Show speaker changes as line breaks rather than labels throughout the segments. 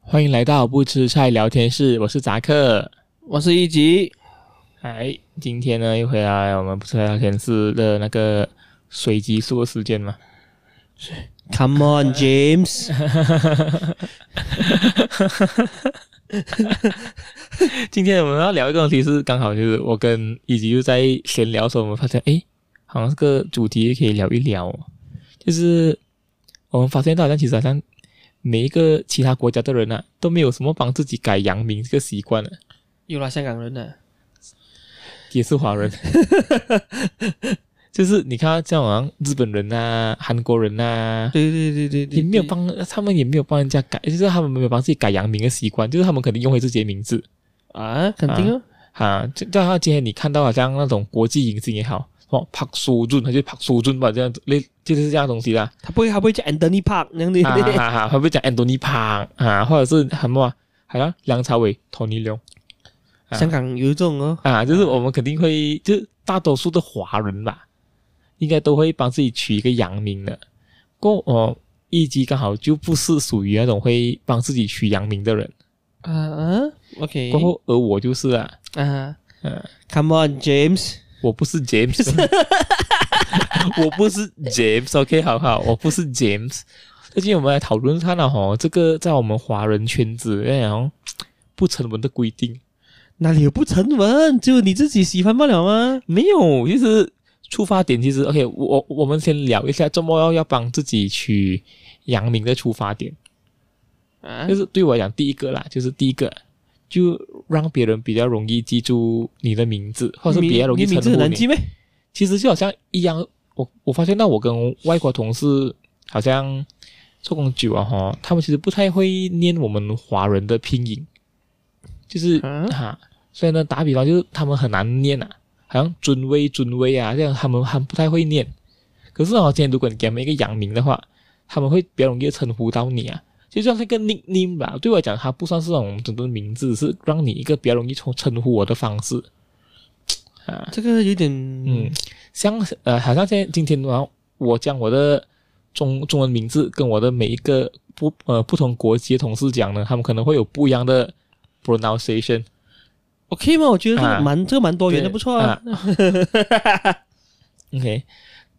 欢迎来到不吃菜聊天室，我是扎克。
我是一级，
哎，今天呢又回来我们不吃菜聊天室的那个随机数的时间嘛。
Come on, James！
今天我们要聊一个东西是刚好就是我跟以及又在闲聊的时候，我们发现哎，好像这个主题可以聊一聊、哦，就是我们发现到好像其实好像每一个其他国家的人呢、啊、都没有什么帮自己改阳明这个习惯了，
又来香港人啊了，
也是华人。就是你看，像好像日本人呐、韩国人呐、
对对对对对，
也没有帮他们，也没有帮人家改，就是他们没有帮自己改阳明的习惯，就是他们肯定用回自己的名字
啊，肯定哦，
啊。就就好像今天你看到好像那种国际影星也好，哦，朴树俊，他就朴树俊吧，这样子类就是这样的东西啦。
他不会，他不会叫 Anthony Park 那样的，
啊哈哈，会不会讲 Anthony Pang 啊，或者是什么，好像梁朝伟、Tony Leung 啊
香港有一种哦，
啊，就是我们肯定会，就是大多数的华人吧，应该都会帮自己取一个洋名的。过哦，一级刚好就不是属于那种会帮自己取洋名的人。
啊啊，OK，
过后，而我就是啊，
啊
嗯
，Come on, James！
我不是 James，我不是 James，OK，、好不好，我不是 James。最近我们来讨论看了哈，这个在我们华人圈子那种不成文的规定，
哪里有不成文？只有你自己喜欢不了吗？
没有，其实出发点其实 OK，我我们先聊一下周末要要帮自己取扬名的出发点，
啊
就，是对我来讲第一个啦，就是第一个就让别人比较容易记住你的名字，或者是
你
比较容易
你名
称
字很
呼
难
你。
记咩？
其实就好像一样，我我发现到我跟外国同事好像做工久啊哈，他们其实不太会念我们华人的拼音，就是
啊
哈、所以呢，打比方就是他们很难念啊，好像尊威尊威啊这样，他们还不太会念。可是哦，今天如果你给他们一个洋名的话，他们会比较容易地称呼到你啊，就像是一个 nickname 吧。对我来讲，它不算是那种真正的名字，是让你一个比较容易称称呼我的方式。啊，
这个有点，
嗯，像呃，好像现在今天晚上我将我的中中文名字跟我的每一个不呃不同国籍的同事讲呢，他们可能会有不一样的 pronunciation。
，OK 吗？我觉得这
啊
个蛮这个蛮多元的，
对啊
不错啊。
OK，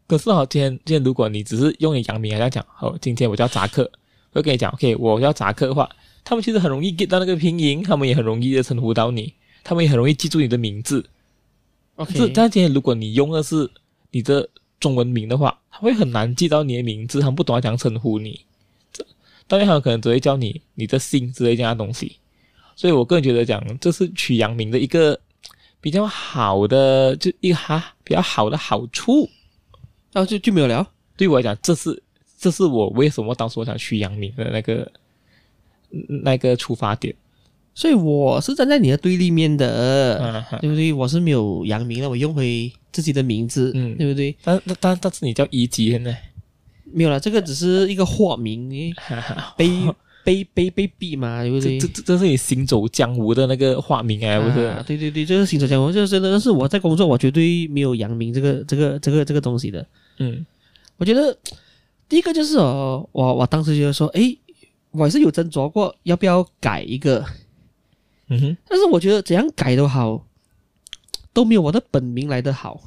可是哦，今天今天如果你只是用你洋名来讲，好，今天我叫扎克，我就跟你讲，OK，我叫扎克的话，他们其实很容易 get 到那个拼音，他们也很容易的称呼到你，他们也很容易记住你的名字。可是，
OK，
但今天如果你用的是你的中文名的话，他会很难记到你的名字，他们不懂得怎样称呼你。这，当然，他们可能只会叫你你的姓之类这样的东西。所以我个人觉得讲，这是取洋名的一个比较好的，就一个哈比较好的好处。
然后哦就就没有聊。
对我来讲，这是这是我为什么当时我想取洋名的那个那个出发点。
所以我是站在你的对立面的，
嗯，
对不对？我是没有扬名的，我用回自己的名字，
嗯
对不对？
但但但但是你叫一级现在，
没有了，这个只是一个化名，
哈哈
被 被被被逼嘛，对不
这
对
这？这这是你行走江湖的那个化名哎，不是？
啊对对对，这是行走江湖，这真的是我在工作，我绝对没有扬名这个这个这个这个东西的。
嗯
我觉得第一个就是哦，我我当时觉得说，诶，我也是有斟酌过要不要改一个，
嗯哼，
但是我觉得怎样改都好，都没有我的本名来的好。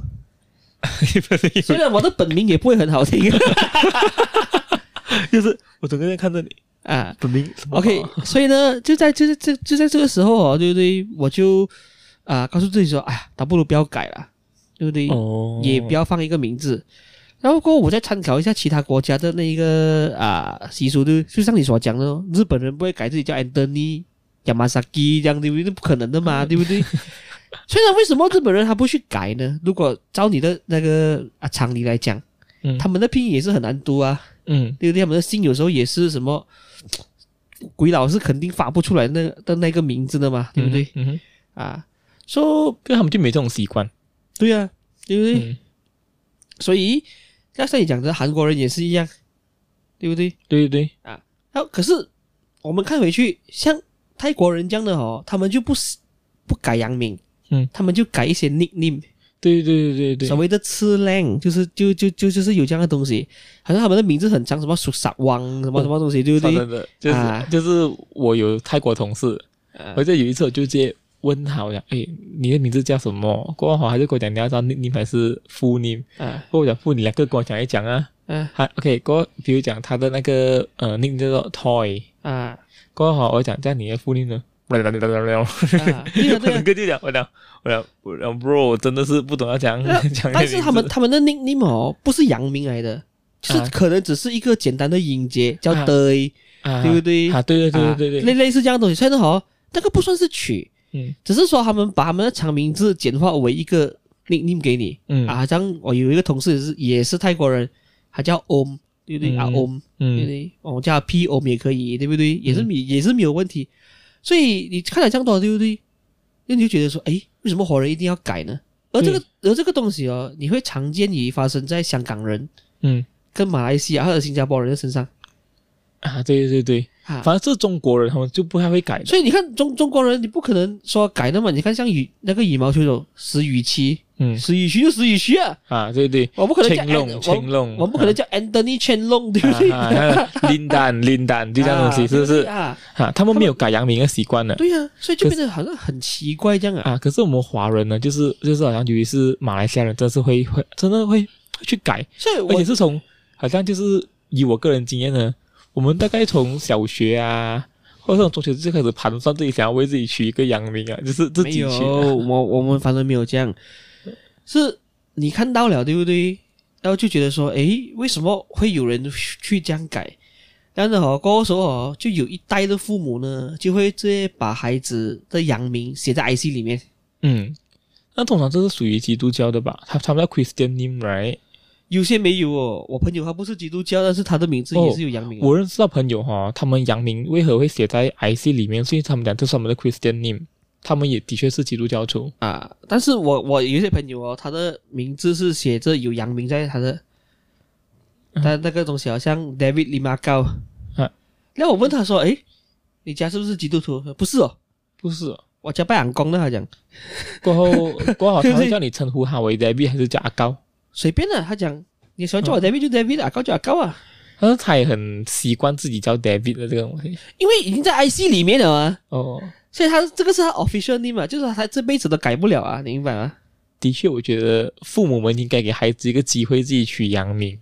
虽然我的本名也不会很好听
就是我整个人看着你，
啊，
本名什
OK，所以呢，就在就在这就在这个时候哦，对不对？我就啊、告诉自己说，哎呀，倒不如不要改了，对不对？
哦，
也不要放一个名字。然后过后，我再参考一下其他国家的那一个啊、习俗，就就像你所讲的哦，日本人不会改自己叫 Anthony Yamasaki 这样，对不对？那不可能的
嗯
嘛，对不对？虽然为什么日本人他不去改呢？如果照你的那个啊常理来讲，
嗯
他们的拼音也是很难读啊。
嗯
对不对？他们的姓有时候也是什么，鬼佬是肯定发不出来那的那个名字的嘛，对不对？？
嗯哼，
啊，说、so,
对他们就没这种习惯。
对啊，对不对？
嗯，
所以刚才你讲的韩国人也是一样，对不对？
对对对，
然后可是我们看回去，像泰国人这样的哦，他们就不是不改洋名，
嗯，
他们就改一些 nickname，
对对对对
所
对，
谓的次靓，就是就就就就是有这样的东西，好像他们的名字很长，什么苏萨汪，什么什么东西，对
说
不对
真？哦的，就是、
啊
就是我有泰国同事，
啊
我记得有一次我就直接问他，我讲，哎，你的名字叫什么？过后他就跟我讲，你要找 nickname 还是 full name？
啊
过后我讲 full，你两个跟我讲一讲啊。
啊
他 OK，过后比如讲他的那个呃 nickname 叫做 toy，
啊啊！
过后我讲，这样你的 full name 呢？我整
啊对呀对呀。
个就讲，我讲，我讲，我讲，bro，我真的是不懂要讲
那
讲。
但是他们他们的 nickname 哦，不是洋名来的，就是
啊
可能只是一个简单的音节，叫
啊
的，
啊，
对不对？
啊，对对对对对对，
啊类类似这样的东西，所以呢，哦，那个不算是曲，
嗯
只是说他们把他们的长名字简化为一个 nickname 给你。
嗯
啊，像我有一个同事也是也是泰国人，他叫 Om，对不对？啊
嗯
，Om，对不
嗯，
对？哦我叫他 P Om 也可以，对不对？也是没也是没有问题。所以你看了这样多，对不对？那你就觉得说，哎，为什么华人一定要改呢？而这个而这个东西哦，你会常见于发生在香港人
嗯
跟马来西亚或者新加坡人的身上
啊，对对对
啊
对，。反正是中国人，他们就不太会改的。
所以你看中中国人，你不可能说改的嘛。你看像羽那个羽毛球手石宇奇，
嗯
石宇奇就石宇奇啊，
啊，对对，
我不可能叫
青龙
An-
青龙，
我我不可能叫 Anthony Chen Long，对不对？
啊啊啊林丹林丹就这样东西，
啊
是不是？
啊？
啊，他们没有改阳明的习惯呢。
对呀、所以就
可
变得好像很奇怪这样啊。
啊，可是我们华人呢，就是就是好像尤其是马来西亚人，真是会会真的会会去改，
所以
而
我
且是从好像就是以我个人经验呢，我们大概从小学啊，或者从中学就开始盘算自己想要为自己取一个洋名啊，就是自
没
己
有，
取。
我我们反正没有这样，是你看到了对不对？然后就觉得说，诶，为什么会有人去这样改？但是哦，过后时候哦，就有一代的父母呢，就会直接把孩子的阳名写在 IC 里面。
嗯，那通常这是属于基督教的吧？他他们叫 Christian name right？
有些没有哦，我朋友他不是基督教，但是他的名字也
哦
是有阳名的、
我认识到朋友哈、他们阳明为何会写在 IC 里面？所以他们讲这是他们的 Christian name，他们也的确是基督教徒。
啊。但是我我有一些朋友哦，他的名字是写着有阳名在他的，但那个东西好像 David Lima 高。
啊
然后我问他说：“诶，你家是不是基督徒？”他说不是哦，
不是哦、
我家拜俺公的。他讲
过后过后
对
他
不对
会叫你称呼他为 David 还是叫阿高？
随便啦、他讲你喜欢叫我 David 就 David，阿高就阿高啊，
但是他也很习惯自己叫 David 的这个东西。
因为已经在 IC 里面了啊，
哦，
所以他这个是他 official name 啊，就是他这辈子都改不了啊，你明白吗？
的确，我觉得父母们应该给孩子一个机会自己取洋名。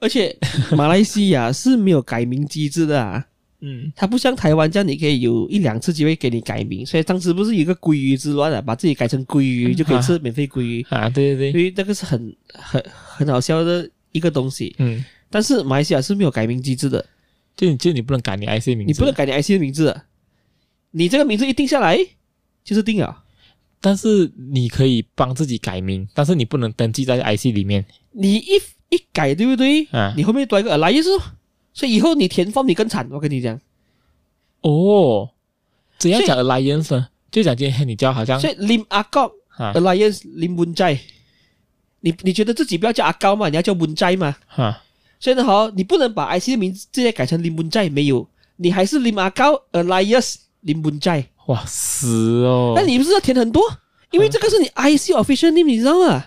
而且马来西亚是没有改名机制的啊，
嗯，
它不像台湾这样，你可以有一两次机会给你改名。所以当时不是有一个鲑鱼之乱啊，把自己改成鲑鱼就可以吃免费鲑鱼，
啊，对对
所
对，
以那个是很很很好笑的一个东西。
嗯，
但是马来西亚是没有改名机制的，
就你就你不能改你 IC 名字，
你不能。改你 IC 的名字的，你这个名字一定下来就是啊定了。
但是你可以帮自己改名，但是你不能登记在 IC 里面
你一一改，对不对？
啊。
你后面多一个 alliance，哦所以以后你填 form 你更惨，我跟你讲。
哦，怎样讲 alliance 呢？就讲今天你叫好像
所以 Ah 林阿高
啊
alliance 林文斋，你你觉得自己不要叫阿高嘛，你要叫文斋嘛？
哈
所以呢，好，你不能把 IC 的名字直接改成林文寨，没有，你还是林阿高 Elias 林文寨，
哇死哦
那、！你不是要填很多？因为这个是你 IC official name，你知道 吗？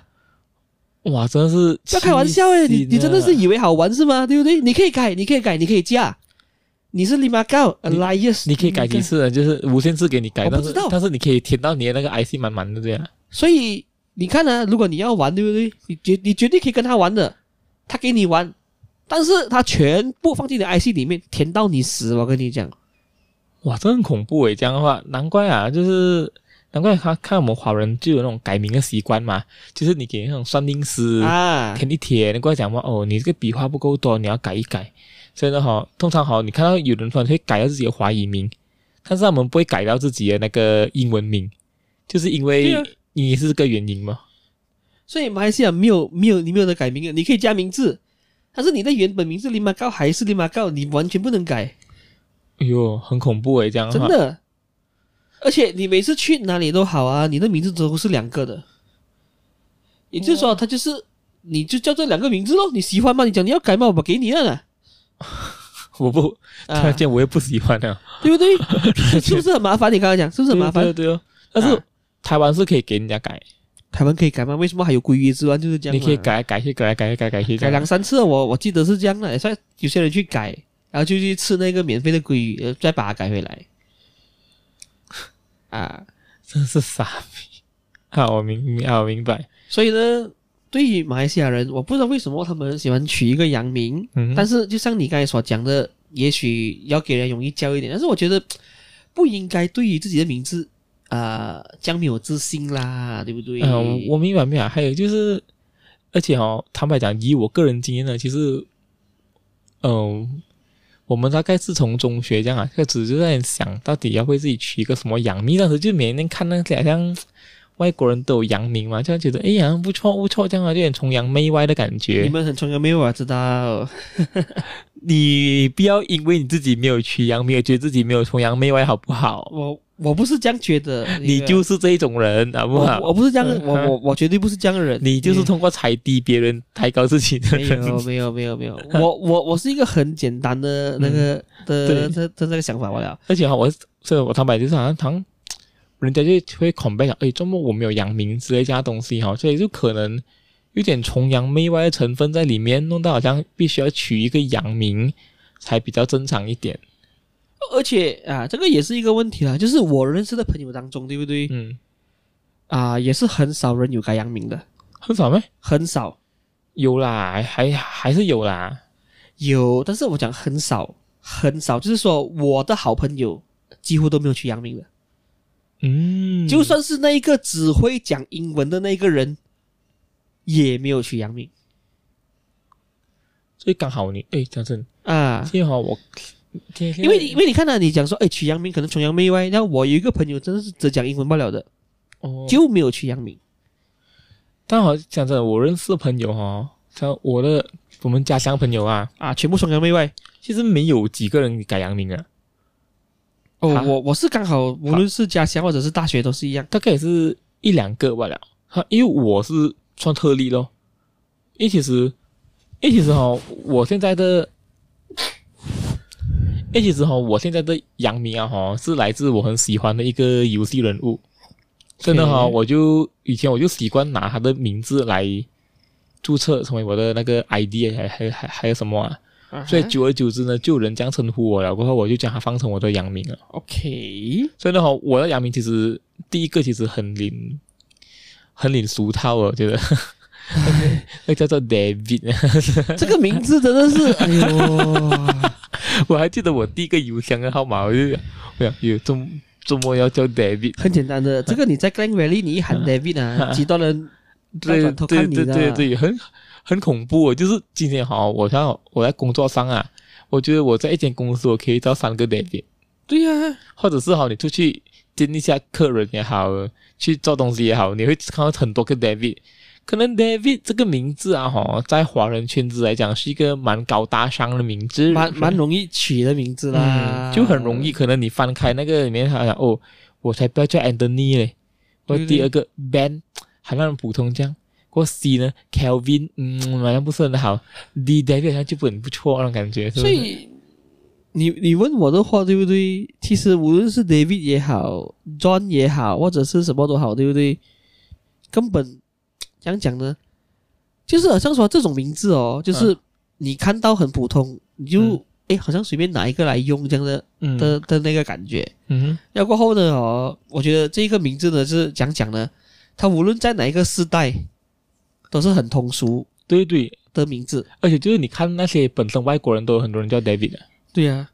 哇，真的是啊
不要开玩笑哎，你
气死
你真的是
了
以为好玩是吗？对不对？你可以改，你可以改，你可以加，你是林阿高呃 Elias，
你可以改几？次呢？就是无限次给你改，
我不
但是
知道
但是你可以填到你的那个 IC 满满的这样。
所以你看呢、如果你要玩，对不对？你绝你绝对可以跟他玩的，他给你玩，但是他全部放进你的 IC 里面，填到你死，我跟你讲。
哇，这很恐怖诶！这样的话，难怪啊，就是难怪他看我们华人就有那种改名的习惯嘛，就是你给那种算命师
啊，
填一填，跟他讲嘛，哦，你这个笔画不够多，你要改一改。所以呢，哈，通常哈，你看到有人突然会改掉自己的华语名，但是他们不会改掉自己的那个英文名，就是因为
对啊
你是这个原因嘛。
所以马来西亚没有没有你没有得改名啊的，你可以加名字，但是你的原本名字林马高还是林马高，你完全不能改，
哎呦，很恐怖诶！这样
真
话
的。而且你每次去哪里都好啊，你的名字都是两个的，也就是说，他就是你就叫这两个名字咯，你喜欢吗？你讲你要改吗？我给你了啦，
我不突
啊
然，间我也不喜欢了，
对 不对？是是不是很麻烦？你刚刚讲是不是很麻
对
烦
哦？对哦。但是
啊
台湾是可以给人家改，
他们可以改吗？为什么还有归于之乱就是这样？
你可以，改来改去，改来改去，改来改去，
改
这样
两三次了。我我记得是这样的，所以有些人去改，然后就去吃那个免费的鲑鱼，呃再把它改回来。啊，
真是傻逼。啊，我明明啊，我明白。
所以呢，对于马来西亚人，我不知道为什么他们喜欢取一个洋名，
嗯，
但是就像你刚才所讲的，也许要给人容易叫一点，但是我觉得不应该对于自己的名字啊、呃，将没有自信啦，对不对？
嗯、我明白明白。还有就是，而且哦，坦白讲，以我个人经验呢，其实，嗯、我们大概是从中学这样啊，开始就在想到底要为自己取一个什么洋名。当时就每天看那些好像外国人都有洋名嘛，就觉得哎呀不错不错，这样啊，就有点崇洋媚外的感
你
觉。
们很崇洋媚外，我 知道。
你不要因为你自己没有取洋名，而觉得自己没有崇洋媚外，好不好？
我我不是这样觉得，
你
那个
就是这一种人， 好不
我
好？
我不是这样，我
嗯
我我绝对不是这样的人。
你就是通过踩低别人抬高自己的
嗯没
人。
有没有没有没有，我我我是一个很简单的那个
嗯
的
对
的的那个想法罢了。
而且哈，我这我坦白就是好像好像人家就会 complain 讲，哎，周末我没有扬名之类这样的东西哈，所以就可能有点崇洋媚外的成分在里面，弄到好像必须要取一个洋名才比较正常一点。
而且啊，这个也是一个问题啦，就是我认识的朋友当中，对不对？
嗯，
啊，也是很少人有改阳明的，
很少咩？
很少
有啦，还还是有啦。
有，但是我讲很少很少，就是说我的好朋友几乎都没有去阳明的，
嗯，
就算是那一个只会讲英文的那一个人，也没有去阳明
所以刚好你哎，讲真，
啊。
幸好我
因为你，因为你看到、你讲说，哎，去阳明可能崇洋媚外。那我有一个朋友，真的是只讲英文不了的，
哦，
就没有去阳明。
但好讲真，我认识的朋友哈、像我的我们家乡朋友啊，
啊，全部崇洋媚外。
其实没有几个人改洋名啊。
哦，
啊
我我是刚好，无论是家乡或者是大学都是一样。
大概也是一两个罢了。哈，因为我是算特例咯，因为其实，因为其实哈，我现在的，因为其实哈，我现在的扬名啊哈，是来自我很喜欢的一个游戏人物。真的哈，
OK
我就以前我就习惯拿他的名字来注册成为我的那个 ID，还还还还有什么啊？所以
啊哈
久而久之呢，就有人这样称呼我了，过后我就将它放成我的扬名了。
OK，
所以呢，吼我的杨明其实第一个其实很领很领俗套哦，我觉得 那叫做 David。
这个名字真的 是，哎呦。
我还记得我第一个邮箱的号码，我就我想有周周末要叫 David，
很简单 的，这个你在 Glen Valley 你一喊 David 啊，几多人再
对
转头
对
看你
对
的啊
对对，很很恐怖、哦。就是今天哈，我像我在工作上啊，我觉得我在一间公司我可以叫三个 David，
对呀，
或者是哈你出去见一下客人也好，去做东西也好，你会看到很多个 David。可能 David 这个名字啊，哈，在华人圈子来讲是一个蛮高大上的名字，
蛮蛮容易取的名字啦
嗯，，就很容易。。可能你翻开那个里面，好像哦，我才不要叫 Anthony 嘞，或者
对对
第二个 Ben，好像很普通这样。过 C 呢，Kelvin，嗯，好像不是很好。D David 好像就很不错那种感觉，是不
所
是
以你你问我的话，对不对？其实无论是 David 也好，John 也好，或者是什么都好，对不对？根本怎样讲呢？就是好像说这种名字哦，就是你看到很普通，你就
嗯
诶好像随便拿一个来用这样的
嗯
的的那个感觉。
嗯
要过后呢，哦，我觉得这个名字呢，就是讲讲呢，它无论在哪一个世代，都是很通俗
哼，对对，
的名字。
而且就是你看那些本身外国人都有很多人叫 David 的。
对呀、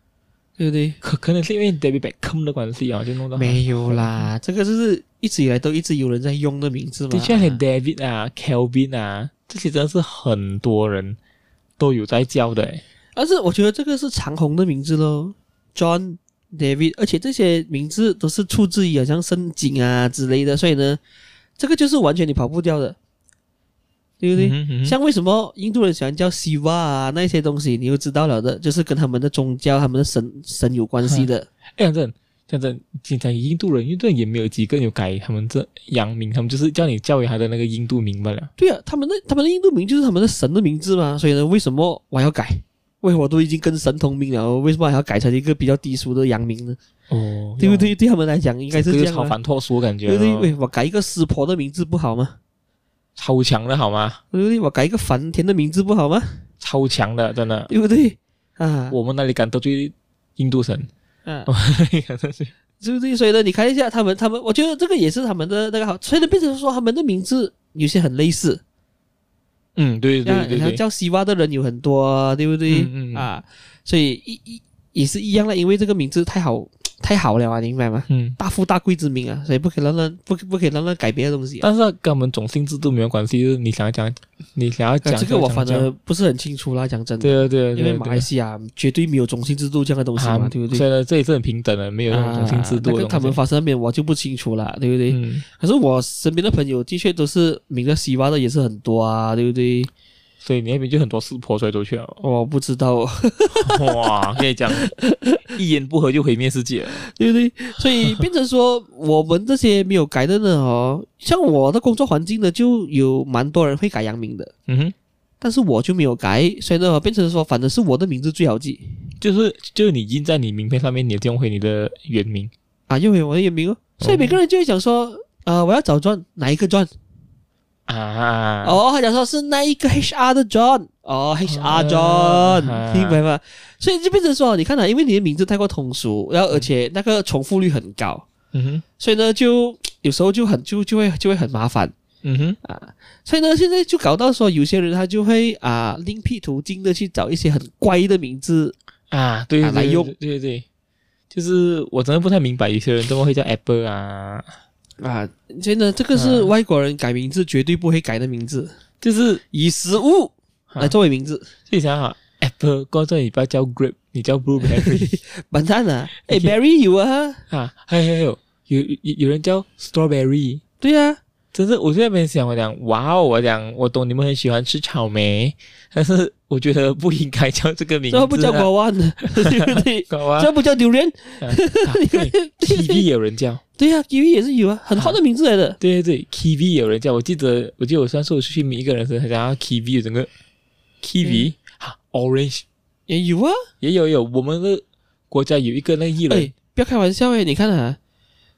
对不对？
可可能是因为 David Beckham 的关系啊，就弄到
没有 啦，这个就是一直以来都一直有人在用的名字嘛。
的确很 David 啊、Kelvin 啊，这些真的是很多人都有在叫的、欸。
但是我觉得这个是长红的名字咯，John、David，而且这些名字都是出自于好像圣经啊之类的，所以呢，这个就是完全你跑不掉的，对不对？
嗯哼嗯哼
像为什么印度人喜欢叫 Shiva 啊那些东西，你就知道了的，就是跟他们的宗教、他们的神神有关系的。
哎，讲真，讲真，经常印度人，印度人也没有几个有改他们这洋名，他们就是叫你叫回他的那个印度名罢了。
对啊，他们的他们的印度名就是他们的神的名字嘛，所以呢，为什么我还要改？为我都已经跟神同名了，为什么还要改成一个比较低俗的洋名呢？
哦
对不？对？对他们来讲应该
这
是
个就
这样
超
啊。
凡脱俗感觉
对
咯。
对，喂，我改一个湿婆的名字不好吗？
超强的好吗？
对不对？我改一个繁田的名字不 好吗？
超强的，真的，
对不对？啊，
我们哪里敢得罪印度神？
啊，
对
对不对？所以呢，你看一下他们，他们，我觉得这个也是他们的那个好，所以呢，变成说他们的名字有些很类似，
嗯，对对对
像
对，
叫西瓜的人有很多啊，对不对？
嗯嗯
啊，所以一一也是一样的，因为这个名字太好太好了啊，你明白吗？
嗯，
大富大贵之名啊，所以不可以让人不不可以让人改别的东西、啊。
但是跟我们种姓制度没有关系，就是你想要讲，你想要讲
呃这个我反
正
而不是很清楚啦，讲真的，
对对对，
因为马来西亚绝对没有种姓制度这样的东西嘛，
啊，
对不对？
所以呢，这里是很平等的，没有那种种姓制
啊
度
那
的东
个
西。
他们发生那边我就不清楚了，对不对？
嗯，
可是我身边的朋友的确都是名叫西瓜的也是很多啊，对不对？
所以你那边就很多四婆走来走去了。
我不知道，
哇，跟你 讲，一言不合就毁灭世界了。
对不对？所以变成说，我们这些没有改的呢，哦，像我的工作环境呢，就有蛮多人会改洋名的，
嗯哼，
但是我就没有改，所以呢，变成说，反正是我的名字最好记
就是就是你印在你名片上面，你就用回你的原名。
啊，因为我的原名哦，所以每个人就会讲说，呃，我要找 John 哪一个 John？
啊，
哦，他讲说是那一个 HR 的 John，哦
啊
，HR John，、
啊
明白吗？所以就变成说，你看啊，因为你的名字太过通俗，然后而且那个重复率很高，
嗯哼，
所以呢，就有时候就很就就会就会很麻烦。
嗯哼，
啊所以呢，现在就搞到说，有些人他就会啊另辟途径的去找一些很怪的名字
啊，对
啊
对
来
对
用
对对对，就是我真的不太明白，有些人怎么会叫 Apple 啊？
啊，所以呢，这个是外国人改名字绝对不会改的名字，
就是
以食物
啊
来作为名字，
就想好 Apple，观众你不要叫 Grape，你叫 Blueberry
完蛋了，哎
Okay
，Berry 有啊，
啊，还有还有有有有人叫 Strawberry。
对啊，
真是，我就在那边想，我讲，哇哦，我讲，我懂你们很喜欢吃草莓，但是我觉得不应该叫这个名字
最
啊。
后不叫国万 呢，对不对？
搞 啊
这不叫榴莲，
啊对，TV 也有人叫，
对呀、啊、，Kiwi 也是有啊，很好的名字来的。
对对对，TV 也有人叫。我记得，我记得我上次我出去一个人的时候，他讲到 TV 有整个 TV
嗯
啊，Orange
也有啊，
也有有，我们的国家有一个那个艺人
哎，不要开玩笑哎，你看啊，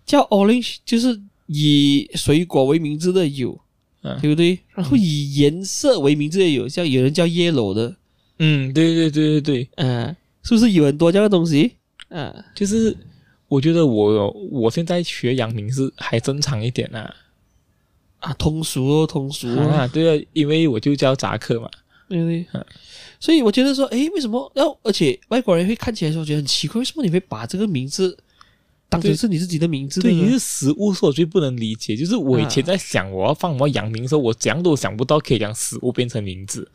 叫 Orange 就是以水果为名字的有，
嗯
对不对？然后以颜色为名字的有，像有人叫 Yellow 的，
嗯，对对对对对，
嗯、是不是有很多这样的东西？嗯、
就是我觉得我有我现在学养名是还正常一点啊，
啊，通俗哦，通俗哦，
啊，对啊，因为我就叫扎克嘛，
对不对
嗯？
所以我觉得说，哎，为什么？然后而且外国人会看起来说觉得很奇怪，为什么你会把这个名字当成
对
是你自己的名字的
对，
呢？
于是食物是我最不能理解，就是我以前在想我要放我养名的时候，我怎样都想不到可以将食物变成名字。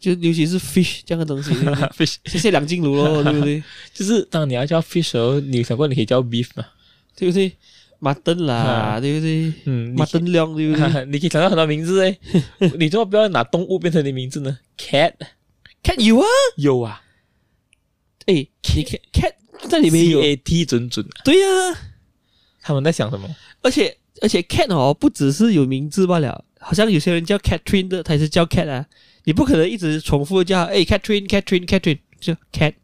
就尤其是 fish 这样的东西，对不对
fish
谢谢梁静茹咯，对不对？
就是当你要叫 fish 的时候，你有想过你可以叫 beef 吗？
对不对？马登啦，
啊
对不对？
嗯，
马登亮，对不 对
你可以想到很多名 字哎，你怎么不要拿动物变成你名字呢？cat
？Cat 有啊，
有啊
哎，你哦 Cat Cat 这里面有，
，c a t 准准啊，
对呀、啊，
他们在想什么？
而且而且 Cat 哦，不只是有名字罢了，好像有些人叫 Catherine 的，他也是叫 Cat 啊，你不可能一直重复叫哎 Catherine Catherine Catherine 就 Cat，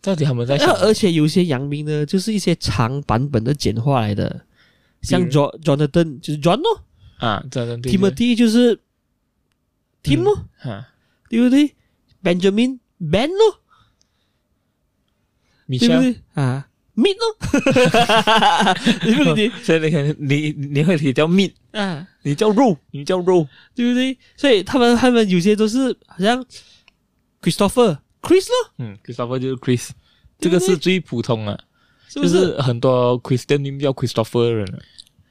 到底他们在
然
想
后？而且有些洋名呢，就是一些长版本的简化来的，像
比
John Jonathan 就是 John 哦
啊，真的对对
，Timothy 就是 Tim 哦。
啊
对不对？Benjamin Ben 咯，对不
，Michelle，
对啊？Meet 咯， 对不对
所以你看你你会可以叫 meat，
啊？
你叫肉，你叫肉，
对不对？所以他们他们有些都是好像 Christopher Chris 咯，
嗯，Christopher 就是 Chris，这
对不对
个是最普通的。
是不？
就是是很多 Christian name 叫 Christopher 的人，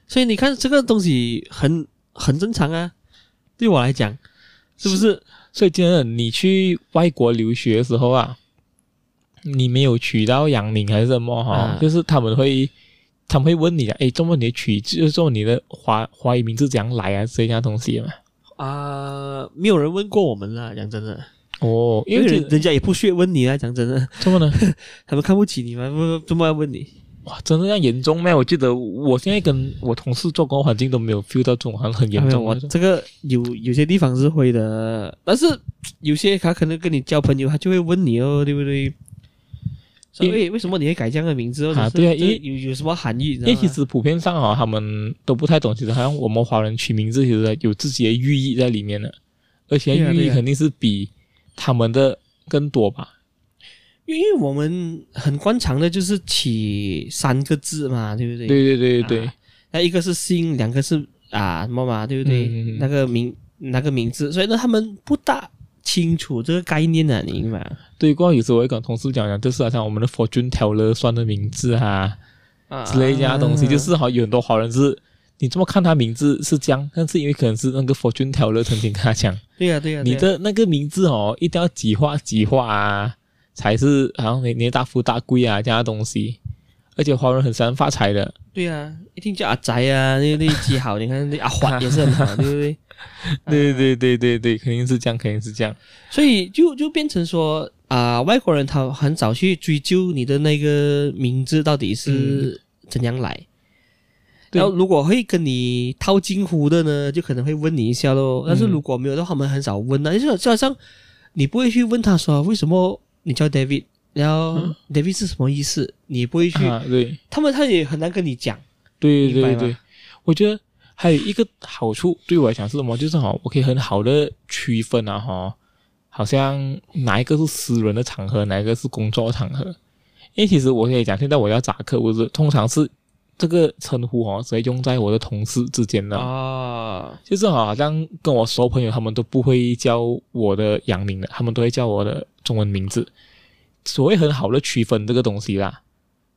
所以你看这个东西很很正常啊，对我来讲，是不是？
所以真的，你去外国留学的时候啊，你没有娶到洋名还是什么哈、
啊
就是他们会他们会问你啊，诶，这么你的取就是这么你的华华语名字怎样来啊，这样东西嘛。
啊、没有人问过我们啦，讲真的，
哦，因
因为
为这
人人家也不屑问你啊，讲真的，
这么呢？
他们看不起你嘛，不不这么要问你
哇，真的要严重咩？我记得我现在跟我同事做工环境都没有 feel 到这种很很严
啊没有，
重
我
的那种。
这个有有些地方是会的，但是有些他可能跟你交朋友，他就会问你哦，对不对？所
因为
以为什么你会改这样的名字哦？
啊
你是
对啊
这
因为
有有什么含义？你知
因
道
为
吗
其实普遍上啊，他们都不太懂，其实好像我们华人取名字，其实有自己的寓意在里面的，而且
对啊
寓
对
意
啊
肯定是比他们的更多吧？
因为我们很惯常的就是起三个字嘛，对不对？
对对对对
啊那一个是姓，两个是啊什么嘛，对不对？
嗯嗯嗯
那个名那个名字，所以呢，他们不大清楚这个概念啊，你明白吗？
对，过后有时候我会跟同事讲讲，就是好像我们的 fortune teller 算的名字啊
啊
之类这样的东西，就是好像有很多华人是，你这么看他名字是这样，但是因为可能是那个 fortune teller 曾经跟他讲，
对呀、对呀、啊对
你
呀
的那个名字哦，一定要几画几画啊，才是好像你你大富大贵啊这样的东西。而且华人很喜欢发财的，
对呀、一定叫阿宅啊，那那一集好，你看那阿 华也是很好，对不对？嗯
对对对对对，肯定是这样，肯定是这样。
所以就就变成说啊、外国人他很少去追究你的那个名字到底是怎样来。
嗯对
然后如果会跟你套近乎的呢，就可能会问你一下咯。但是
嗯
如果没有的话，他们很少问的、就就好像你不会去问他说为什么你叫 David，然后 David 是什么意思，你不会去，
嗯啊，对
他们他也很难跟你讲。
对
明
对
白吗
对，我觉得还有一个好处对我来讲是什么？就是哈，我可以很好的区分啊哈，好像哪一个是私人的场合，哪一个是工作场合。因为其实我可以讲，现在我要找客户是通常是这个称呼哦，只会用在我的同事之间的。
啊，
就是好像跟我熟朋友，他们都不会叫我的洋名的，他们都会叫我的中文名字。所谓很好的区分这个东西啦，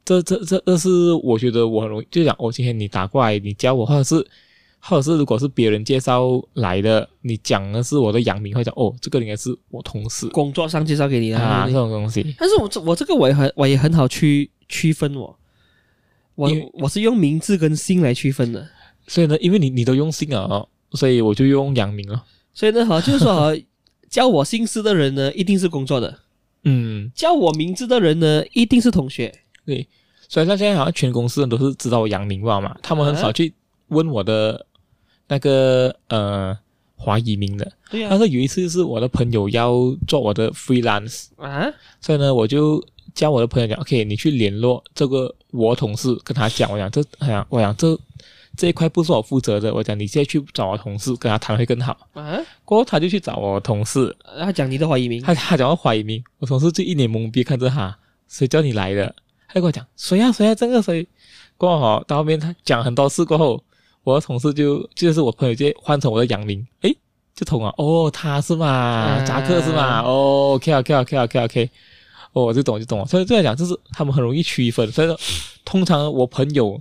这这这这是我觉得我很容易，就讲我、哦、今天你打过来，你叫我，或者是或者是如果是别人介绍来的，你讲的是我的洋名，会讲哦，这个应该是我同事
工作上介绍给你的，
啊
对不对
这种东西。
但是我这我这个我也很我也很好区区分我，我
因为
我是用名字跟姓来区分的，
所以呢，因为你你都用姓啊、哦，所以我就用洋名了。
所以呢，哈，就是说哈，叫我姓氏的人呢，一定是工作的；
嗯，
叫我名字的人呢，一定是同学。
所以他现在好像全公司人都是知道我杨明吧嘛，他们很少去问我的那个呃华裔名的。
对啊呀
但是有一次是我的朋友要做我的 freelance，
啊，
所以呢我就叫我的朋友讲，OK，你去联络这个我同事，跟他讲，我讲这，哎呀，我讲这这一块不是我负责的，我讲你现在去找我同事跟他谈会更好。
啊啊，
过后他就去找我同事，
然后讲你的怀疑名，
他他讲到怀疑名，我同事就一脸懵逼看着他，谁叫你来的？他就跟我讲谁呀、谁呀、这个谁？过后哦到后面他讲很多次过后，我的同事就就是我朋友就换成我的杨明，诶，就通了哦，他是嘛，扎克是嘛，哦，OK 啊 OK 啊 OK 啊 OK 啊 OK，哦，我就懂我就懂了。所以这样讲就是他们很容易区分，所以说通常我朋友。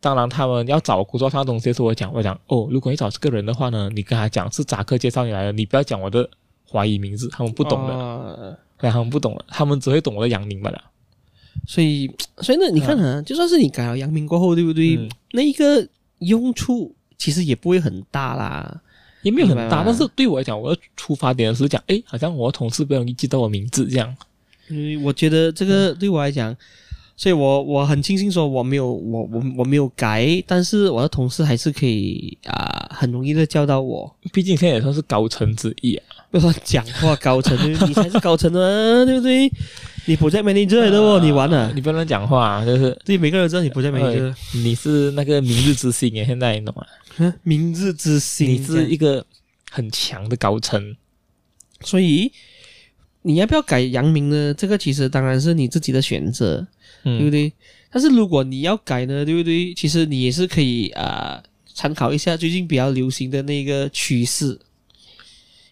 当然，他们要找工作上的东西的时候，我讲，我讲哦，如果你找这个人的话呢，你跟他讲是扎克介绍你来的，你不要讲我的华裔名字，他们不懂的。
哦的。
对，他们不懂了，他们只会懂我的杨宁罢了。
所以，所以呢，你看啊，就算是你改了阳明过后，对不对？
嗯
那一个用处其实也不会很大啦。
也没有很
明白
大，
吗
但是对我来讲，我的出发点是讲，诶，好像我的同事不容易记得我名字这样。
因为嗯我觉得这个对我来讲，所以我我很庆幸说我没有我我我没有改，但是我的同事还是可以啊、很容易的叫到我。
毕竟现在也算是高层之一啊。
不要说讲话高层，对不对你才是高层啊， 对不对？你 project manager 来的哦，你玩了、
你不要乱讲话、啊，就是
对，每个人知道你 project manager，、
你是那个明日之星诶，现在你懂吗？
哼明日之星，
你是一个很强的高层。
所以你要不要改阳明呢？这个其实当然是你自己的选择。对不
嗯，
对？但是如果你要改呢，对不对？其实你也是可以啊、呃参考一下最近比较流行的那个趋势，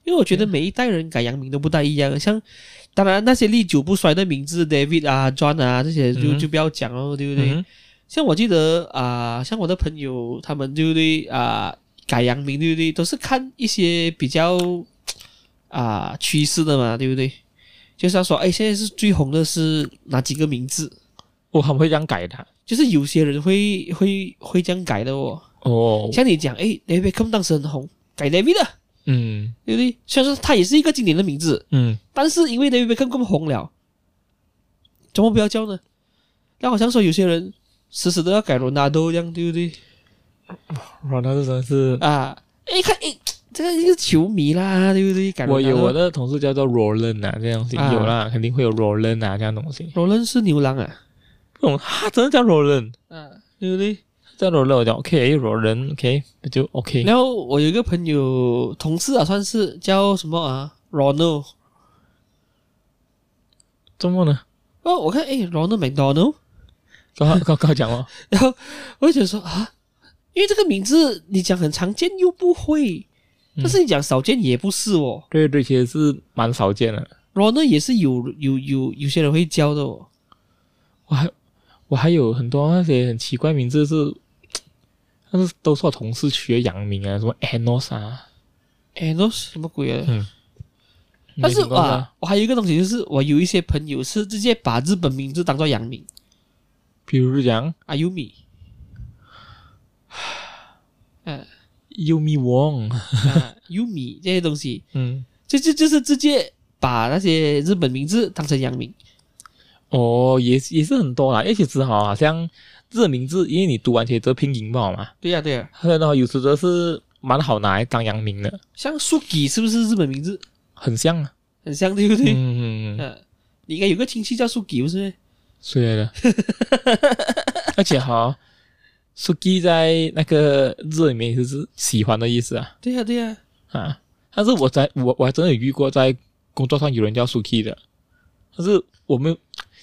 因为我觉得每一代人改洋名都不大一样。像当然那些历久不衰的名字，David 啊、John 啊这些就、
嗯
就不要讲哦，对不对？
嗯
像我记得啊、像我的朋友他们对不对啊、改洋名对不对？都是看一些比较啊、趋势的嘛，对不对？就是要说，哎，现在是最红的是哪几个名字？
哦，他们会这样改的啊。
就是有些人会会会这样改的哦。
哦，
像你讲，诶 d a v i d c o m 当时很红，改 David 的，
嗯
对不对？虽然说他也是一个经典的名字，
嗯，
但是因为 David c o m 更红了，怎么不要叫呢？那好像说有些人死死都要改罗纳多这样，对不对？
哇，那这真的是
啊，诶，看诶，这个一个球迷啦，对不对？感觉
我有
到
我的同事叫做 Roland 啊，这样东西、
啊
有啦，肯定会有 Roland 啊这样东西。
罗伦是牛郎啊，
不懂，他真的叫 Roland，
嗯、对不对？
叫 Roland，我讲 OK，Roland，OK，、就 OK。
然后我有一个朋友同事啊，算是叫什么啊，Ronald。
周末呢？
哦，我看诶 r o n a l d McDonald，
刚刚刚刚讲哦了，
然后我就觉得说啊，因为这个名字你讲很常见又不会，
嗯
但是你讲少见也不是哦。
对对，其实是蛮少见的。
Ronald 也是有有有有些人会教的哦。
我还我还有很多那些很奇怪名字是，但是都是我同事取的洋名啊，什么 Anos 啊，
哎，那什么鬼啊？
你
但是
嗯听过吗
啊，我还有一个东西就是，我有一些朋友是直接把日本名字当做洋名，啊
比如讲
阿尤米。
Yumi Wong，
啊、优米 这些东西，
嗯，
就就就是直接把那些日本名字当成洋名。
哦，也是也是很多啦，因为其实哈，好像这名字，因为你读完其实都拼音不好嘛，
对呀、对呀、
所以呢，有时候是蛮好拿来当洋名的，
像 Suki 是不是日本名字？
很像啊，
很像，对不
嗯，
对？
嗯嗯
嗯、你应该有个亲戚叫 Suki 不是咩？
是的， 而且哈。Suki 在那个日里面也是喜欢的意思啊，
对呀、对呀、
啊，但是我在我我还真的有遇过在工作上有人叫 Suki 的，但是我们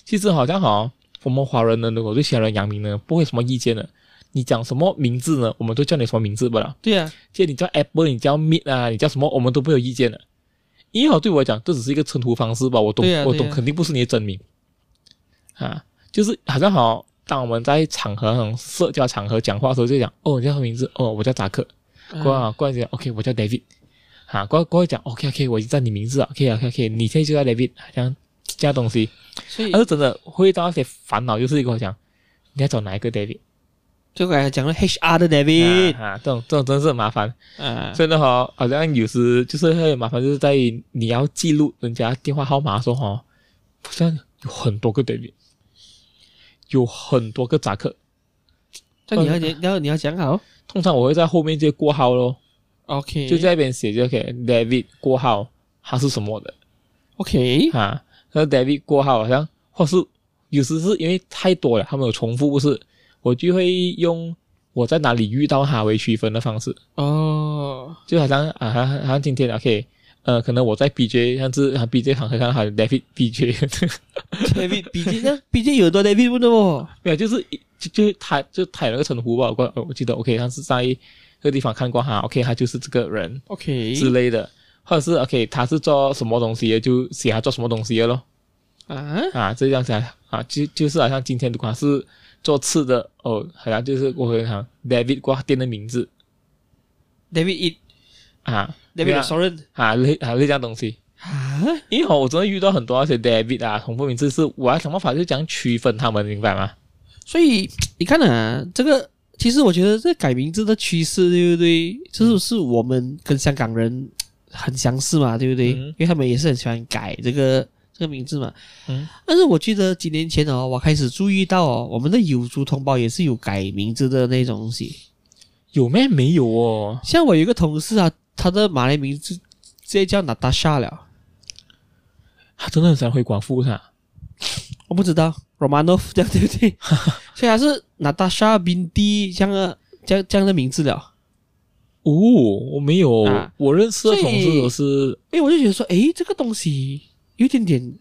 其实好像好像我们华人呢，如果对其他人扬名呢，不会有什么意见的。你讲什么名字呢，我们都叫你什么名字不了。
对呀、
即你叫 Apple，你叫 Meet 啊，你叫什么，我们都不会有意见的。因为好对我来讲，这只是一个称呼方式吧，我懂，
对啊
我
对啊
懂，肯定不是你的真名啊。就是好像好，当我们在场合那种社交场合讲话的时候，就讲哦，你叫什么名字？哦，我叫扎克。过
啊
啊，过来讲，OK，我叫 David，啊，过过来讲，OK OK，我已经叫你名字了，OK OK OK，你现在就叫 David，这样这样东西，
所以
但是真的会到一些烦恼，就是跟我讲，你要找哪一个 David，
就刚才讲了 HR 的 David
啊，啊这种这种真的是很麻烦，
啊，
所以呢哈，好像有时就是会很麻烦，就是在于你要记录人家电话号码的时候哈，好像有很多个 David，有很多个扎克，
这样你要你要你要讲好
通常我会在后面直接过号咯，
，OK，
就在那边写就 OK，David 过号，他是什么的。
OK，
啊，那 David 过号好像，或是有时是因为太多了，他们有重复，不是？我就会用我在哪里遇到他为区分的方式，
哦，
就好像啊，好像好像今天 OK，呃，可能我在 BJ，像是啊 BJ 场合上喊 David BJ，
David BJ 那 BJ 有很多 David 不的哦，
没有，就是一就就他就他有那个称呼吧，我我我记得 OK，他是在这个地方看过他，OK，他就是这个人
OK，
之类的，或者是 OK，他是做什么东西的，就写他做什么东西的咯。
啊，
啊，这样子啊，啊就就是好像今天如果他是做吃的哦，好像就是我会想 David 挂店的名字
David
啊
It，David
啊
Soren
啊类啊类这样东西。
啊，
因为吼我真的遇到很多那些 David 啊重复名字，是我要想办法就讲区分他们，明白吗？
所以你看啊，这个其实我觉得这改名字的趋势，对不对？
嗯
就是是我们跟香港人很相似嘛，对不对？
嗯
因为他们也是很喜欢改这个这个名字嘛。
嗯。
但是我记得几年前哦，我开始注意到哦，我们的有族同胞也是有改名字的那种东西。
有咩没有哦？
像我有一个同事啊，他的马来名字直接叫娜达莎了，
他真的很想回广富噻。
我不知道 Romanov 这样对 不对？所以他是娜达莎宾蒂这样的这样这样的名字了。
哦，我没有，
啊
我认识的同
所以
事都是
因为哎我就觉得说，诶，这个东西有一点点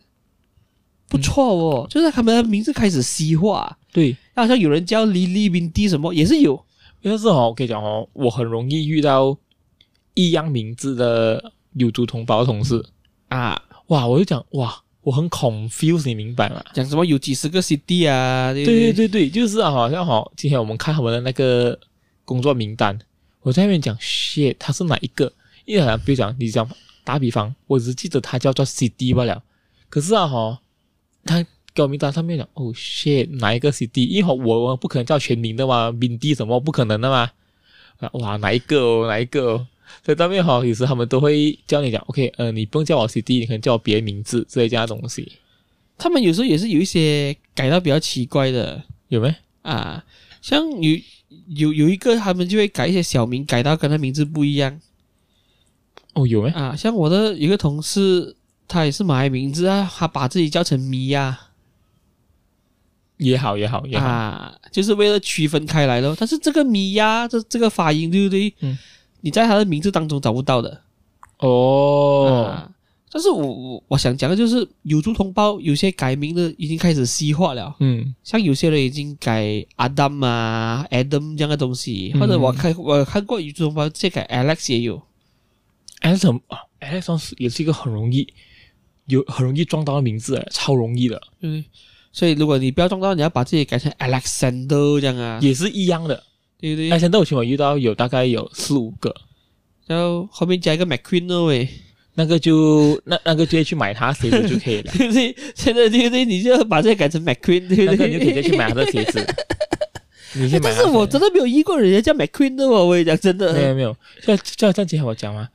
不错哦，就是他们的名字开始西化，
对，
好像有人叫黎黎明迪什么也是有，
但是哦，我跟你讲哦，我很容易遇到一样名字的有族同胞同事啊，哇，我就讲哇，我很 confused，你明白吗？
讲什么有几十个 CD 啊，对不
对
对
对对对，就是啊，好像好，今天我们看他们的那个工作名单，我在那边讲 shit，他是哪一个？因为好像比如讲，你讲打比方，我只记得他叫做 CD 罢了。可是啊哈，他给我名单上面讲哦 shit 哪一个 CD？因为我我不可能叫全名的嘛，敏迪什么不可能的嘛。啊哇，哪一个哦，哪一个哦？所以当面好，有时他们都会叫你讲，OK，呃，你不用叫我 CD，你可能叫我别的名字之类这样的东西，
他们有时候也是有一些改到比较奇怪的
有没？
啊，像有有有一个他们就会改一些小名，改到跟他名字不一样，
哦，有没？
啊，像我的有一个同事，他也是马来名字啊，他把自己叫成米啊呀
也好，也好，也好。
啊，就是为了区分开来咯。但是这个米呀，这这个发音对不对？
嗯，
你在他的名字当中找不到的。
哦，
啊，但是我我我想讲的就是，有族同胞有些改名的已经开始西化了。
嗯
像有些人已经改 Adam 啊、Adam 这样的东西，
嗯
或者我看我看过有种包，这改 Alex 也有
，Alex 很啊，Alex 算是也是一个很容易有很容易撞到的名字，超容易的，
嗯，所以如果你不要撞到，你要把自己改成 Alexander 这样啊，
也是一样的。
对不
那
对？
现在我起码遇到有大概有四五个，
然后后面加一个 McQueen 哦，喂，
那个就那那个直接去买他鞋子就可以了，
对不对？现在对不对？你就要把这个改成 McQueen，对
那
不
个你就直接
对？
去买他的鞋子。你去买啊
但
他
是
的鞋
我真的没有遇过人家叫 McQueen 的哦，我也讲真
没
的，
有没有，像像像之前我讲嘛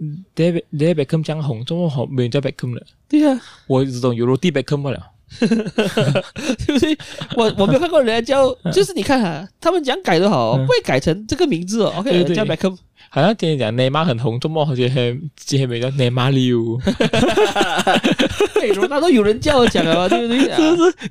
嗯，David David Beckham 这样红，这么好没人叫 Beckham 了，
对呀、啊，
我只懂 Euro D Beckham 罢了。
对不对？我我没有看过人 家叫，就是你看啊，他们讲改都好哦，
嗯
不会改成这个名字哦。OK，
对对
叫 Beckham，
好像之前讲内马很红，这么好，之前之前没叫内马六，
对，罗纳都有人叫我 讲了嘛，对不对、啊？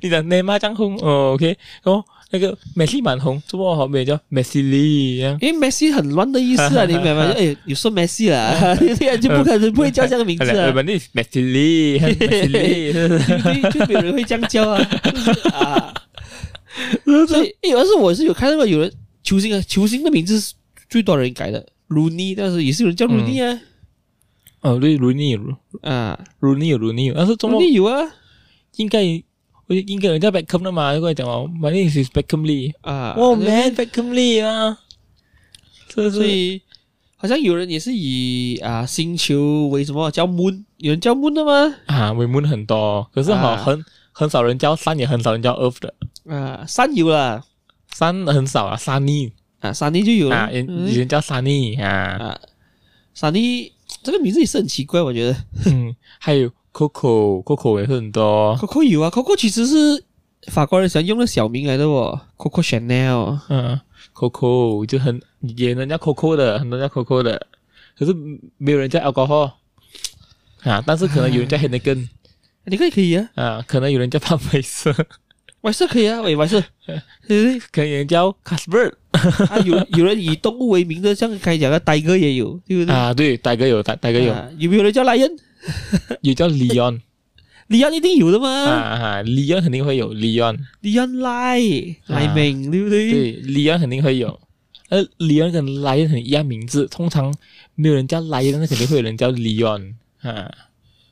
你讲内马这样红，哦 ờ, OK，然后那个梅西蛮红，这么好没人叫梅西利这样。
因为 Messi 很乱的意思啊，你明 白吗？哎，你说 Messi 啦，对啊， 就不可能不会叫这个名 字啊，
本地梅西利，梅西利，
对不对？就没有人会这样叫啊，就是啊。所以，哎，而是我是有看到过有人球星啊，球星的名字是最多人改的，鲁尼，但是也是有人叫鲁尼啊，
哦对，鲁尼鲁
啊，
鲁尼鲁尼，但是中
鲁
国
尼有啊，
应该我应该有人叫 Beckham 的嘛，如果讲哦，本地是 Beckham 利，
啊，
哦 man Beckham 利啊，这
所
是
以好像有人也是以啊星球为什么叫 Moon，有人叫 Moon 的吗？
啊，尾门很多，可是哈
啊
很很少人叫山，也很少人叫 Earth 的，
啊，山有啦，
山很少啊，山尼
啊，山尼就有了
啊，以
嗯
以前叫山尼啊，
啊，傻妮这个名字也是很奇怪，我觉得。
嗯， 还有 Coco Coco 也是很多，
Coco 有啊，Coco 其实是法国人喜欢用的小名来的哦，Coco Chanel。
嗯，Coco 就很也能叫 Coco 的，很多人叫 Coco 的，可是没有人叫 alcohol 啊，但是可能有人叫 Henneken
你可以可以啊，
啊，可能有人叫胖白色，
完事可以啊，喂，完事，对不
可能有人叫 Casper
对？ 啊，有有人以动物为名的，像刚才讲的呆哥也有，对不对？
啊，对，大哥有大大哥有，
啊有没有人叫 Lion？
有叫 Leon
李安一定有的
啊
嘛，
啊，Leon 肯定会有 Leon。
李安赖赖明，对不对？
啊对，李安肯定会有。呃，李安跟莱恩很一样名字，通常没有人叫莱恩，那肯定会有人叫李安啊。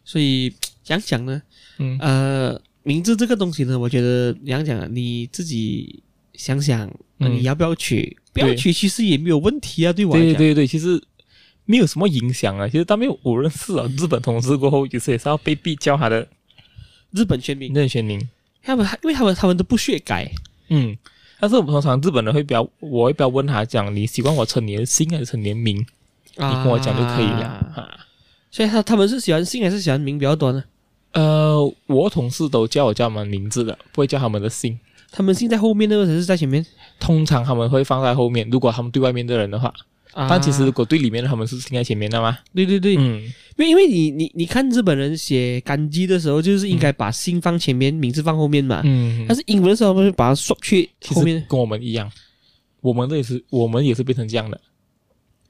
所以讲讲呢，
嗯
呃，名字这个东西呢，我觉得你想讲啊，你自己想想，呃
嗯
你要不要取？不要
对
取其实也没有问题啊，对我来
对
讲。
对对，其实没有什么影响啊。其实当面我认识了啊
嗯
日本同事过后，其实也是要被逼叫他的
日本全名，
任选名。
他们因为他们他们都不屑改
嗯，但是我们通常日本人会比较，我会比较问他讲，你习惯我称你的姓还是称你的名？你
啊
跟我讲就可以了。
啊
啊
所以他他们是喜欢姓还是喜欢名比较多呢？
呃，我同事都叫我叫他们名字的，不会叫他们的姓。
他们姓在后面呢，或者是在前面？
通常他们会放在后面，如果他们对外面的人的话，
啊
但其实如果对里面的他们是听在前面的嘛，
对对对，因
嗯，
为因为你你你看日本人写干基的时候，就是应该把姓放前面，名字放后面嘛。
嗯
但是英文的时候，他们就把它 swap 去
其
后面
实，跟我们一样，我们这也是我们也是变成这样的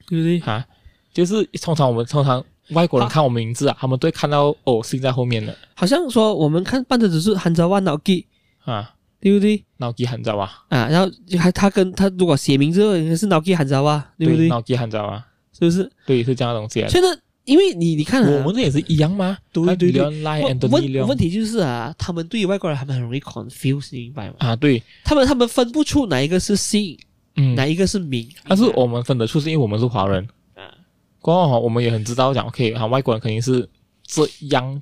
对不对？
哈、 就是通常我们通常外国人看我们名字啊，他们都会看到哦姓在后面的
好像说我们看半泽只是汉朝万脑基，
啊，
对不对？
脑基汉照啊，
啊，然后就还他跟他如果写名字的话，应该是脑基汉朝啊，对不对？嗯
脑基汉照啊，
是不是？
对，是这样的东西来的。
所以呢，因为你你看、啊，
我们这也是一样吗？
对对对
，Leon Lai
问
Anthony
问问
Leon
题就是啊，他们对于外国人，他们很容易 confuse，你明白吗？
啊，对，
他们他们分不出哪一个是姓，
嗯，
哪一个是名。
但是我们分得出，是因为我们是华人。
啊
过后哦我们也很知道讲，OK，啊，外国人肯定是这样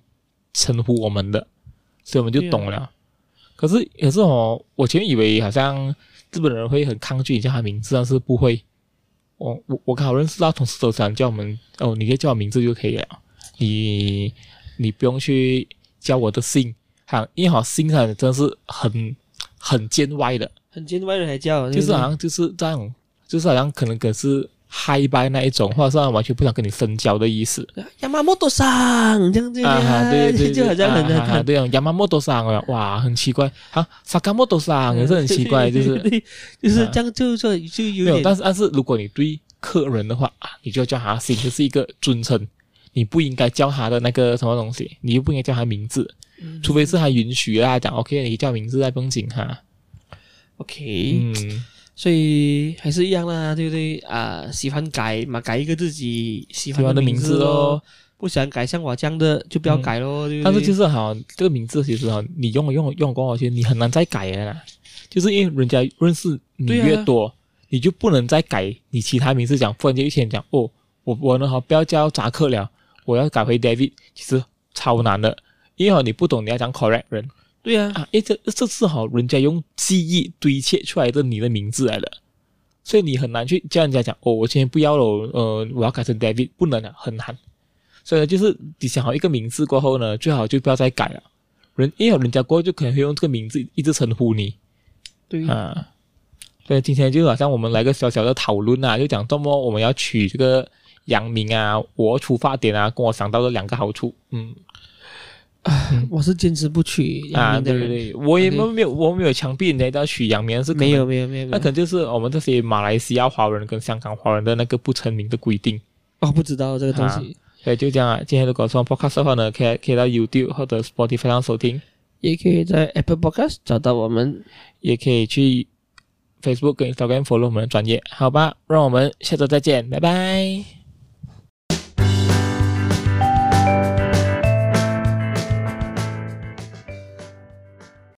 称呼我们的，所以我们就
对啊
懂了。可是可是哦，我前面以为好像日本人会很抗拒你叫他名字，但是不会。我我我刚好认识到同事都想叫我们哦，你可以叫我名字就可以了，你你不用去叫我的姓，哈，因为好姓上真的是很很见外的。
很见外人还叫，
就是啊
对不对
好像就是这样，就是好像可能可是嗨掰那一种，或者是他完全不想跟你深交的意思
亚麻莫多桑这样子，
啊哈，对对对，
嗯就好像很
啊哈哈
很
对啊，亚麻莫多桑啊，哇，很奇怪，啊，萨嘎莫多桑
嗯
也是很奇怪， 就是
对，就是
啊
这样，就就就有
没有，
点
但是但是如果你对客人的话啊，你就叫他姓，这是一个尊称，你不应该叫他的那个什么东西，你又不应该叫他名字，
嗯
除非是他允许啦，讲 OK，你叫名字再不用紧哈，
OK，
嗯，
所以还是一样啦，对不对啊？喜欢改嘛，改一个自己喜
喜
欢
欢的
名
名字
咯
哦。
不喜欢改像我这样的就不要改咯，对不对？
但是就是哈，这个名字其实哈，你用了用了用了过后，其实你很难再改了啦，就是因为人家认识你
对啊
越多，你就不能再改你其他名字讲，不然就一天讲哦，我我呢哈不要叫扎克了，我要改回 David，其实超难的，因为哈你不懂你要讲 correct 人
对呀、
啊，因为这这是哈人家用记忆堆砌出来的你的名字来的。所以你很难去叫人家讲哦，我今天不要了，呃，我要改成 David，不能啊，很难。所以呢，就是你想好一个名字过后呢，最好就不要再改了。人因为有人家过后就可能会用这个名字一直称呼你
对，
啊。所以今天就好像我们来个小小的讨论啊，就讲这么我们要取这个阳明啊，我出发点啊，跟我想到的两个好处，嗯
我是坚持不取阳
啊，
明的
对
人，
对对，我也没
OK
没有我没有强逼人家一定要取阳明，是可能
没有没有没有没
那
有
可，能就是我们这些马来西亚华人跟香港华人的那个不成名的规定。
哦，不知道这个东
啊
西，
所以就这样啊，今天如果说 podcast 的话呢，可以可以到 YouTube 或者 Spotify 上收听，
也可以在 Apple Podcast 找到我们。
也可以去 Facebook 跟 Instagram follow 我们的专业，好吧？让我们下周再见，拜拜。